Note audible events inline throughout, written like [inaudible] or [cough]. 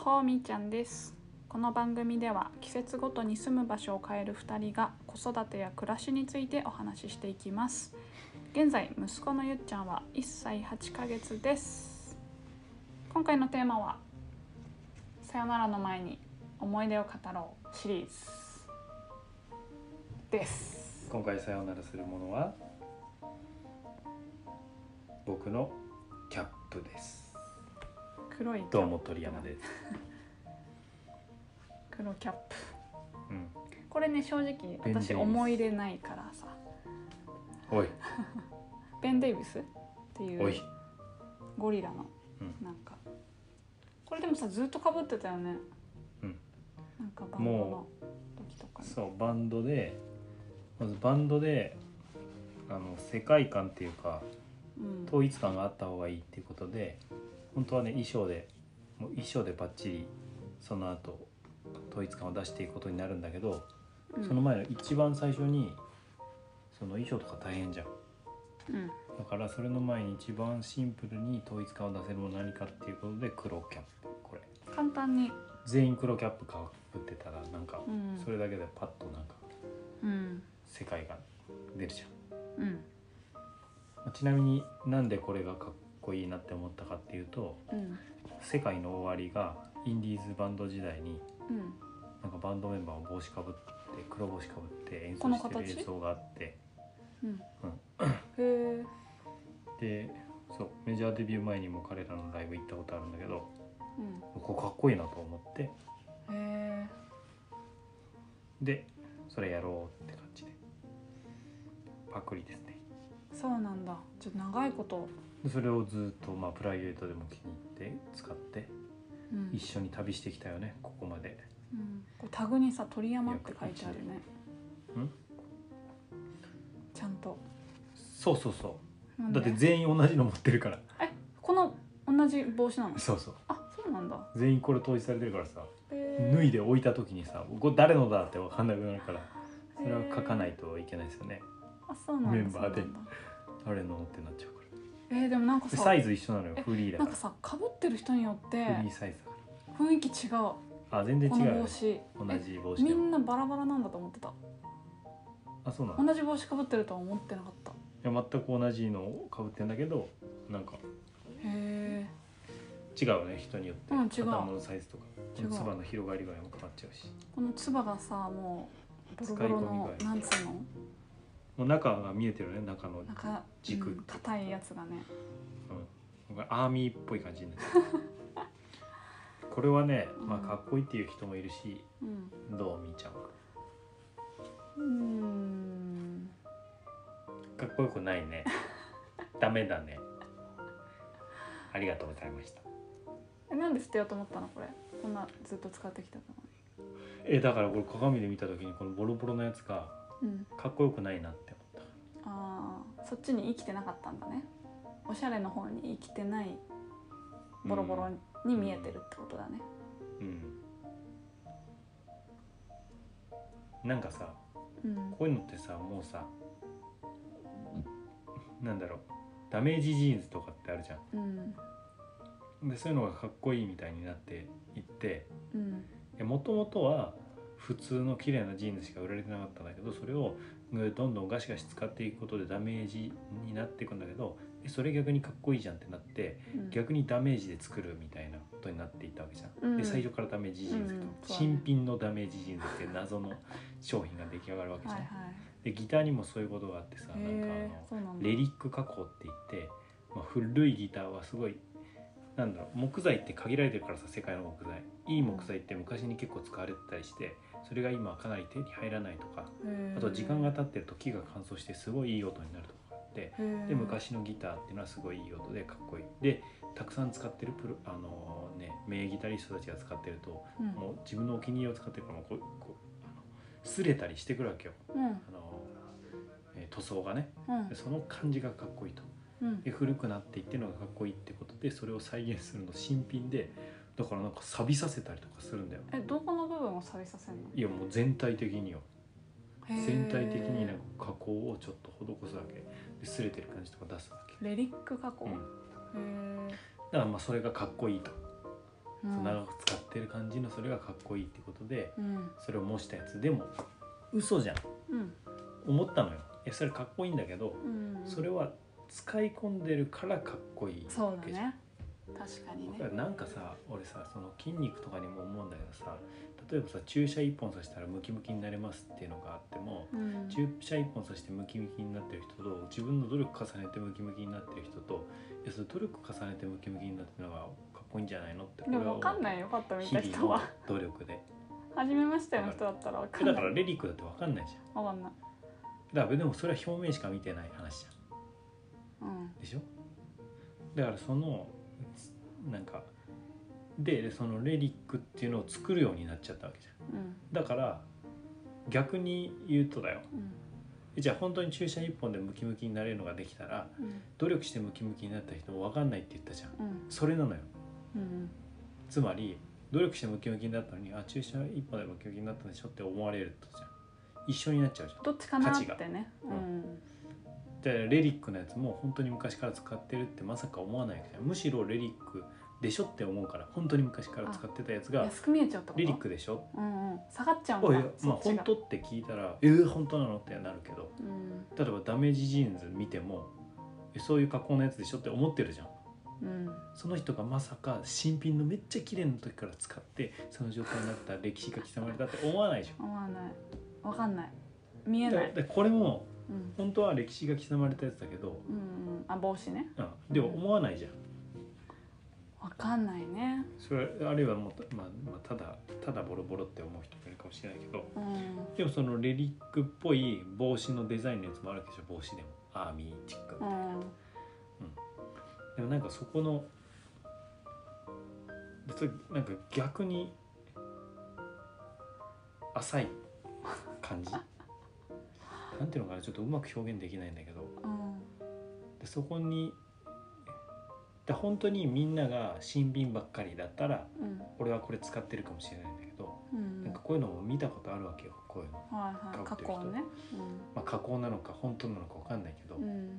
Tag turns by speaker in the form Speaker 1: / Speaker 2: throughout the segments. Speaker 1: ほーみーちゃんですこの番組では季節ごとに住む場所を変える2人が子育てや暮らしについてお話ししていきます現在息子のゆっちゃんは1歳8ヶ月です今回のテーマは「さよならの前に思い出を語ろう」シリーズです
Speaker 2: 今回さようならするものは僕のキャップです
Speaker 1: 黒いキャップ
Speaker 2: どうも鳥山です、
Speaker 1: 黒キャップ
Speaker 2: うん、
Speaker 1: これね正直
Speaker 2: ベンデイビ
Speaker 1: 私
Speaker 2: ス
Speaker 1: 思い入れないからさ
Speaker 2: おい
Speaker 1: ベン・デイビスってい
Speaker 2: お
Speaker 1: う
Speaker 2: い
Speaker 1: ゴリラの
Speaker 2: うん
Speaker 1: なんかこれでもさずっとかぶってたよね
Speaker 2: うん
Speaker 1: なんかバンドの時とかに
Speaker 2: そうバンドでまずバンドであの世界観っていうか
Speaker 1: うん
Speaker 2: 統一感があった方がいいっていうことで本当はね衣装でもう衣装でバッチリその後統一感を出していくことになるんだけど、
Speaker 1: うん
Speaker 2: その前の一番最初にその衣装とか大変じゃん
Speaker 1: うん
Speaker 2: だからそれの前に一番シンプルに統一感を出せるものは何かっていうことで黒キャップこれ
Speaker 1: 簡単に
Speaker 2: 全員黒キャップかぶってたらなんか
Speaker 1: うん
Speaker 2: それだけでパッとなんか
Speaker 1: うん
Speaker 2: 世界が出るじゃん
Speaker 1: うん
Speaker 2: まあちなみになんでこれがかっこいいなって思ったかっていうと
Speaker 1: うん
Speaker 2: 「世界の終わり」がインディーズバンド時代に
Speaker 1: うん
Speaker 2: なんかバンドメンバーを帽子かぶって黒帽子かぶって演
Speaker 1: こ
Speaker 2: 奏
Speaker 1: の
Speaker 2: してる
Speaker 1: 形
Speaker 2: 映像があって
Speaker 1: うんへえ
Speaker 2: でそうメジャーデビュー前にも彼らのライブ行ったことあるんだけど
Speaker 1: うん
Speaker 2: これかっこいいなと思って
Speaker 1: へえ
Speaker 2: でそれやろうって感じでパクリですね
Speaker 1: そうなんだちょっと長いこと、
Speaker 2: でそれをずっとまあプライベートでも気に入って使って
Speaker 1: うん
Speaker 2: 一緒に旅してきたよねここまで
Speaker 1: うん、これタグにさ「鳥山」って書いてあるね
Speaker 2: うん
Speaker 1: ちゃんと
Speaker 2: そうそうそ
Speaker 1: な
Speaker 2: うんだ
Speaker 1: で
Speaker 2: って全員同じの持ってるから
Speaker 1: この同じ帽子なの
Speaker 2: そうそう
Speaker 1: あそうなんだ
Speaker 2: 全員これ統一されてるからさ
Speaker 1: へえ
Speaker 2: 脱いで置いた時にさこれ誰のだって分かんなくなるからそれは書かな
Speaker 1: へ
Speaker 2: い
Speaker 1: え
Speaker 2: といけないですよね
Speaker 1: あそうなんだ
Speaker 2: メンバーで
Speaker 1: そうなんだ
Speaker 2: 誰のってなっちゃうから
Speaker 1: えー、でもなんか
Speaker 2: で
Speaker 1: さ
Speaker 2: サイズ一緒なのよ
Speaker 1: え
Speaker 2: フリーだ
Speaker 1: な
Speaker 2: か
Speaker 1: んかさかぶってる人によって
Speaker 2: らフリーサイズだか
Speaker 1: 雰囲気違うこ
Speaker 2: らあ全然違
Speaker 1: の
Speaker 2: うよ
Speaker 1: 帽
Speaker 2: ね
Speaker 1: 子
Speaker 2: 同じ帽
Speaker 1: え
Speaker 2: 子
Speaker 1: み
Speaker 2: で
Speaker 1: んな
Speaker 2: も
Speaker 1: バラバラなんだと思ってた
Speaker 2: あそうなの
Speaker 1: 同じ帽子かぶってるとは思ってなかった
Speaker 2: いや全く同じのをかぶってんだけどなんか
Speaker 1: へえ
Speaker 2: 違うね人によって、
Speaker 1: うん違う
Speaker 2: 頭のサイズとか
Speaker 1: 違う
Speaker 2: つばの広がり具合も変わっちゃうし
Speaker 1: このつばがさもうボロボロの
Speaker 2: 使い込みが
Speaker 1: なんつうの
Speaker 2: もう中が見えてるね中の、うん
Speaker 1: なんか
Speaker 2: 軸
Speaker 1: うん硬いやつがね
Speaker 2: これアーミーっぽい感じになっちゃ
Speaker 1: [laughs]
Speaker 2: うこれはね、まあ、かっこいいっていう人もいるし
Speaker 1: うん
Speaker 2: どうみーちゃんは
Speaker 1: うーん
Speaker 2: かっこよくない
Speaker 1: [laughs]
Speaker 2: ねダメだねありがとうございました
Speaker 1: えなんで捨てようと思ったのこれこんなずっと使ってきたの
Speaker 2: えだからこれ鏡で見た時にこのボロボロのやつが
Speaker 1: にうん
Speaker 2: かっこよくないなって思っ
Speaker 1: ああそっちに生きてなかったんだねおしゃれの方に生きてない
Speaker 2: た
Speaker 1: ボロボロに見えてるってことだね
Speaker 2: うん、うん、なんかさ
Speaker 1: うん
Speaker 2: こういうのってさもうさなんだろうダメージジーンズとかってあるじゃ
Speaker 1: うん
Speaker 2: んでそういうのがかっこいいみたいになっていって
Speaker 1: うん
Speaker 2: もともとは普通の綺麗なジーンズしか売られてなかったんだけどそれをうんどんどんガシガシ使っていくことでダメージになっていくんだけどえそれ逆にかっこいいじゃんってなって
Speaker 1: うん
Speaker 2: 逆にダメージで作るみたいなことになっていったわけじゃん。
Speaker 1: うん
Speaker 2: で最初からダメージジーンズ
Speaker 1: うん
Speaker 2: と新品のダメージジーンズっていう謎の商品が出来上がるわけ
Speaker 1: は
Speaker 2: じゃ
Speaker 1: いは
Speaker 2: ん
Speaker 1: い。
Speaker 2: でギターにもそういうことがあってさなんか
Speaker 1: へえ
Speaker 2: あ
Speaker 1: そうなん
Speaker 2: の
Speaker 1: だ
Speaker 2: レリック加工って言って、まあ、古いギターはすごいなんだろう木材って限られてるからさ世界の木材いい木材って昔に結構使われてたりしてそれが今はかなり手に入らないとかあと時間が経ってると木が乾燥してすごいいい音になるとかあってで
Speaker 1: で
Speaker 2: 昔のギターっていうのはすごいいい音でかっこいいでたくさん使ってるプロあのね名ギタリストたちが使ってると
Speaker 1: うん
Speaker 2: もう自分のお気に入りを使ってるからもうこうこうあの擦れたりしてくるわけよ。
Speaker 1: うん
Speaker 2: あの、えー塗装がね
Speaker 1: うん
Speaker 2: でその感じがかっこいいと
Speaker 1: うん
Speaker 2: で古くなっていってるのがかっこいいってことでそれを再現するの新品でだからなんか錆びさせたりとかするんだよ
Speaker 1: えどこの部分を錆びさせるの
Speaker 2: いやもう全体的によ
Speaker 1: へえ
Speaker 2: 全体的になんか加工をちょっと施すわけで擦れてる感じとか出すわけ、
Speaker 1: レリック加工
Speaker 2: う
Speaker 1: へ
Speaker 2: ん、だ
Speaker 1: え
Speaker 2: からまあそれがかっこいいと
Speaker 1: うう
Speaker 2: そうん長く使ってる感じのそれがかっこいいってことで
Speaker 1: うん
Speaker 2: それを模したやつでも嘘じゃん
Speaker 1: うん
Speaker 2: 思ったのよいやそれかっこいいんだけど
Speaker 1: うん
Speaker 2: それは使い込んでるからかっこいい
Speaker 1: そうだ
Speaker 2: わけじゃん
Speaker 1: ね確かに
Speaker 2: だ
Speaker 1: ね
Speaker 2: からなんかさ俺さその筋肉とかにも思うんだけどさ例えばさ注射1本刺したらムキムキになれますっていうのがあっても
Speaker 1: うん
Speaker 2: 注射1本刺してムキムキになってる人と自分の努力重ねてムキムキになってる人といやそれ努力重ねてムキムキになってるのがかっこいいんじゃないのって
Speaker 1: でも分かんない
Speaker 2: い
Speaker 1: よパッと見
Speaker 2: 日
Speaker 1: た
Speaker 2: 々
Speaker 1: 人
Speaker 2: の
Speaker 1: は
Speaker 2: 努力で
Speaker 1: [laughs] 初めましての人だったら分かんな
Speaker 2: だ
Speaker 1: い
Speaker 2: からレリックだって分かんないじゃん
Speaker 1: 分かんない
Speaker 2: だからでもそれは表面しか見てない話じゃん
Speaker 1: うん
Speaker 2: でしょだからそのなんかでそのレリックっていうのを作るようになっちゃったわけじゃん
Speaker 1: うん
Speaker 2: だから逆に言うとだよ
Speaker 1: うん
Speaker 2: じゃあ本当に注射1本でムキムキになれるのができたら
Speaker 1: うん
Speaker 2: 努力してムキムキになった人も分かんないって言ったじゃん
Speaker 1: うん
Speaker 2: それなのよ
Speaker 1: うん
Speaker 2: つまり努力してムキムキになったのにあ注射1本でムキムキになったんでしょって思われるってことじゃん一緒になっちゃうじゃん
Speaker 1: どっちかなっ
Speaker 2: 価
Speaker 1: てね
Speaker 2: う
Speaker 1: うん
Speaker 2: でレリックのやつも本当に昔から使ってるってまさか思わないわけじゃんむしろレリックでしょって思うから本当に昔から使ってたやつが
Speaker 1: 安く見えちゃうってこと
Speaker 2: レリックでしょ
Speaker 1: うんうん下がっちゃう
Speaker 2: お
Speaker 1: ん
Speaker 2: い
Speaker 1: だ
Speaker 2: やまあ
Speaker 1: そっち
Speaker 2: 本
Speaker 1: が
Speaker 2: 当って聞いたらえー、本当なのってなるけど
Speaker 1: うん
Speaker 2: 例えばダメージジーンズ見てもえそういう加工のやつでしょって思ってるじゃん
Speaker 1: うん
Speaker 2: その人がまさか新品のめっちゃ綺麗な時から使ってその状態になった歴史が刻まれたって思わないでしょ
Speaker 1: 思わないわかんない見え
Speaker 2: だ
Speaker 1: な
Speaker 2: から
Speaker 1: い
Speaker 2: だからこれも
Speaker 1: うん
Speaker 2: 本当は歴史が刻まれたやつだけど、
Speaker 1: うんあ帽子ね
Speaker 2: うん、でも思わないじゃん
Speaker 1: わかんないね
Speaker 2: それあるいはもう、まあまあ、ただただボロボロって思う人もいるかもしれないけど
Speaker 1: うん
Speaker 2: でもそのレリックっぽい帽子のデザインのやつもあるでしょ帽子でもアーミーチックみた
Speaker 1: う
Speaker 2: いな、
Speaker 1: ん
Speaker 2: でもなんかそこのそれなんか逆に浅い感じなんていうのかなちょっとうまく表現できないんだけど
Speaker 1: うん
Speaker 2: でそこにで本当にみんなが新品ばっかりだったら
Speaker 1: うん
Speaker 2: 俺はこれ使ってるかもしれないんだけど、
Speaker 1: うん
Speaker 2: なんかこういうのも見たことあるわけよこういうの、
Speaker 1: はいはい
Speaker 2: 被っ
Speaker 1: 加
Speaker 2: てる人
Speaker 1: 工ね
Speaker 2: まあ、加工なのか本当なのか分かんないけど、
Speaker 1: うんうん
Speaker 2: うん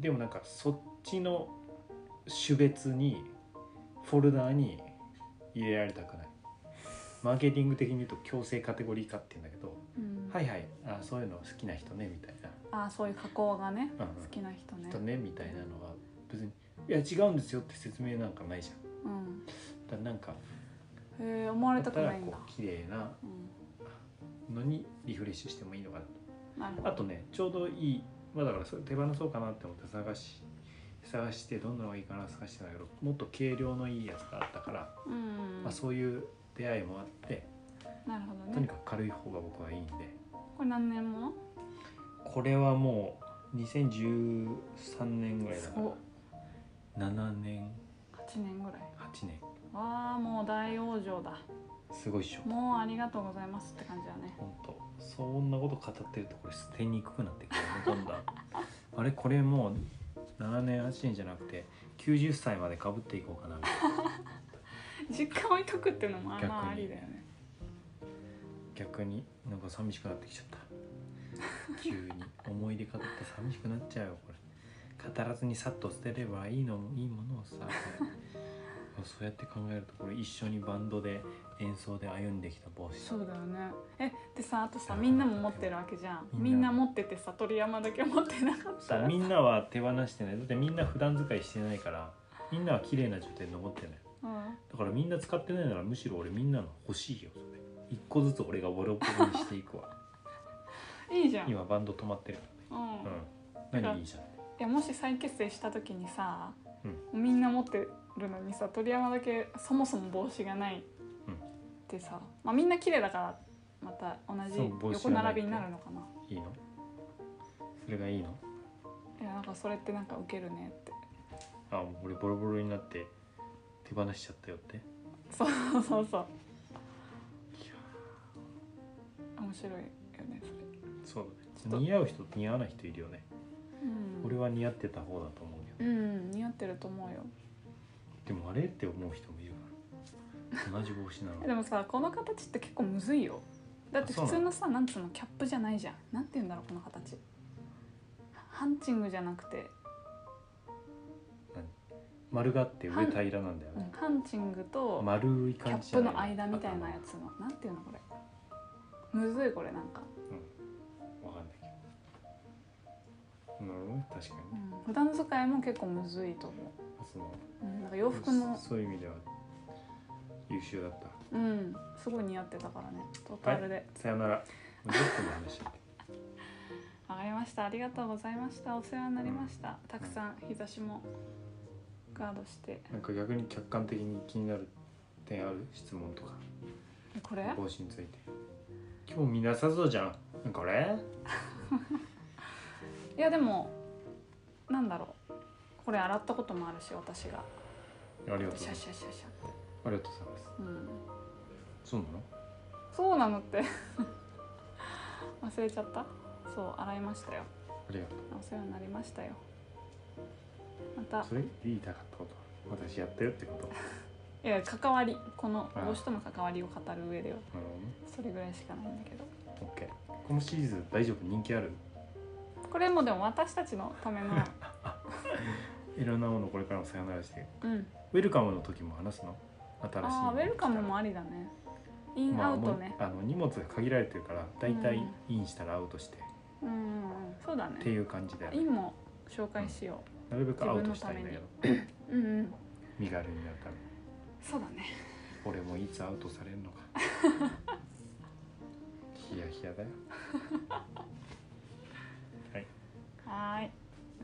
Speaker 2: でもなんかそっちの種別にフォルダーに入れられたくないマーケティング的に言うと強制カテゴリー化って言うんだけど、
Speaker 1: うん
Speaker 2: はいはいあそういうの好きな人ねみたいな
Speaker 1: あそういう加工がね
Speaker 2: うん
Speaker 1: 好
Speaker 2: うん
Speaker 1: きな人ね
Speaker 2: 人ねみたいなのは別にいや違うんですよって説明なんかないじゃん
Speaker 1: うん
Speaker 2: だからなんか
Speaker 1: へえ思われた
Speaker 2: だった
Speaker 1: く
Speaker 2: ら
Speaker 1: ないん
Speaker 2: こ
Speaker 1: だ
Speaker 2: う綺麗な
Speaker 1: うん
Speaker 2: のにリフレッシュしてもいいのかなと
Speaker 1: なるほ
Speaker 2: あ
Speaker 1: ど
Speaker 2: とねちょうどいいまあだからそれ手放そうかなって思って探し探してどんなのがいいかな探してたんだけどもっと軽量のいいやつがあったから、
Speaker 1: うん
Speaker 2: まあ、そういう出会いもあって
Speaker 1: なるほど
Speaker 2: とに
Speaker 1: ね
Speaker 2: かく軽い方が僕はいいんで
Speaker 1: これ何年もの
Speaker 2: これはもう2013年ぐらいだから
Speaker 1: お
Speaker 2: 7年
Speaker 1: 8年ぐらい
Speaker 2: 8年
Speaker 1: わあもう大往生だ
Speaker 2: すごいっしょ
Speaker 1: もうありがとうございますって感じだね [laughs]
Speaker 2: ほんとそんなこと語ってるとこれ捨てにくくなってくるねどんどん [laughs] あれこれもう7年8年じゃなくて90歳までかぶっていこうかなみたいな
Speaker 1: 実家置いとくっていうのもまあまああ
Speaker 2: 逆に
Speaker 1: りだよね
Speaker 2: 逆になんか寂しくなってきちゃった [laughs] 急に思い出語って寂しくなっちゃうよこれ語らずにさっと捨てればいいのもいいものをさ [laughs] そうやって考えるとこれ一緒にバンドで演奏で歩んできた帽子
Speaker 1: そうだよねえでさあとさみんなも持ってるわけじゃんみ
Speaker 2: み
Speaker 1: ん
Speaker 2: ん
Speaker 1: な
Speaker 2: な
Speaker 1: 持っててさ鳥山だけ持ってなかった
Speaker 2: そう
Speaker 1: ら
Speaker 2: みんなは手放してないだってみんな普段使いしてないからみんなは綺麗な状態で残ってない
Speaker 1: うん
Speaker 2: だからみんな使ってないならむしろ俺みんなの欲しいよそれ一個ずつ俺がボロボロにしていくわ
Speaker 1: いいじゃん、うん
Speaker 2: 今バンド止まってるからねうん何いいじゃん
Speaker 1: いやもし再結成した時にさ、
Speaker 2: う
Speaker 1: みんな持ってるのにさ鳥山だけそもそも帽子がないっ
Speaker 2: うん
Speaker 1: てさ、まあ、みんな綺麗だからまた同
Speaker 2: そう
Speaker 1: じ
Speaker 2: 帽子
Speaker 1: 横
Speaker 2: がない
Speaker 1: 並びになるのかない
Speaker 2: いのそれがいいの
Speaker 1: いやなんかそれってなんかウケるねって
Speaker 2: あもう俺ボロボロになって手放しちゃったよって
Speaker 1: そうそうそうそう面白いよねそれ、
Speaker 2: そ
Speaker 1: ちょ
Speaker 2: う
Speaker 1: っ
Speaker 2: だ
Speaker 1: と
Speaker 2: ね似合う人と似合わない人いるよね、
Speaker 1: うん、
Speaker 2: 俺は似合ってた方だと思うけど
Speaker 1: うん似合ってると思うよ
Speaker 2: でもあれって思う人もいるから同じ帽子
Speaker 1: [laughs]
Speaker 2: な
Speaker 1: で
Speaker 2: の
Speaker 1: もさこの形って結構むずいよだって
Speaker 2: あそう
Speaker 1: 普
Speaker 2: なの
Speaker 1: 通のさなんつうのキャップじゃないじゃんなんて言うんだろうこの形ハンチングじゃなくて
Speaker 2: 丸があって
Speaker 1: は
Speaker 2: 上
Speaker 1: ん
Speaker 2: 平らなんだよね、
Speaker 1: ハンチングと
Speaker 2: 丸い
Speaker 1: キャ
Speaker 2: 感じ
Speaker 1: ッ
Speaker 2: じゃ
Speaker 1: プ
Speaker 2: ない
Speaker 1: の間みたいなやつのなんていうのこれむずいこれなんか、
Speaker 2: わかんないけどなるほどね確かに
Speaker 1: う
Speaker 2: ね、
Speaker 1: ん、普段使いも結構むずいと思
Speaker 2: その
Speaker 1: う、うん、なんか洋服も
Speaker 2: そういう意味では優秀だった
Speaker 1: うんすごい似合ってたからねトータルで、
Speaker 2: さよ
Speaker 1: [laughs]
Speaker 2: なら10分の話だって
Speaker 1: わかりましたありがとうございましたお世話になりましたたくさん日差しもガードして
Speaker 2: なんか逆に客観的に気になる点ある質問とか
Speaker 1: これ
Speaker 2: 帽子について興味なさそうじゃんこれ
Speaker 1: いやでもなんだろうこれ洗ったこともあるし私が
Speaker 2: ありがとうご
Speaker 1: シ
Speaker 2: ざい
Speaker 1: ャ
Speaker 2: ま
Speaker 1: シ
Speaker 2: す
Speaker 1: ャシャシャって、
Speaker 2: ありがとうございます
Speaker 1: うん、
Speaker 2: そうな
Speaker 1: そうなのって [laughs] 忘れちゃったそう洗いましたよ
Speaker 2: のありがとう
Speaker 1: お世話になりましたよまた
Speaker 2: それ言いたかったこと私やったよってこと
Speaker 1: いや関わりこの帽子との関わりを語る上では
Speaker 2: なる
Speaker 1: それぐらいしかないんだけど
Speaker 2: ほどね OK このシリーズ大丈夫人気ある
Speaker 1: これもでも私たちのための
Speaker 2: いろんなものこれからもさよならして
Speaker 1: うん
Speaker 2: ウェルカムの時も話すの新しい
Speaker 1: ああウェルカムもありだねイン
Speaker 2: まあ
Speaker 1: アウトね、
Speaker 2: もうあの荷物が限られてるからだいたい
Speaker 1: うん
Speaker 2: インしたらアウトして、
Speaker 1: うんうんうんそうだ
Speaker 2: って
Speaker 1: ね
Speaker 2: いう感じで
Speaker 1: インも紹介しよ
Speaker 2: なるべくアウトしたいんだけど
Speaker 1: ううんうん
Speaker 2: 身軽になるために
Speaker 1: そうだね
Speaker 2: 俺もいつアウトされるのかヒヤヒヤだよ
Speaker 1: はーい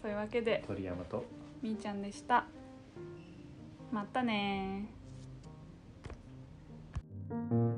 Speaker 1: そういうわけで
Speaker 2: 鳥山と
Speaker 1: みーちゃんでしたまたねー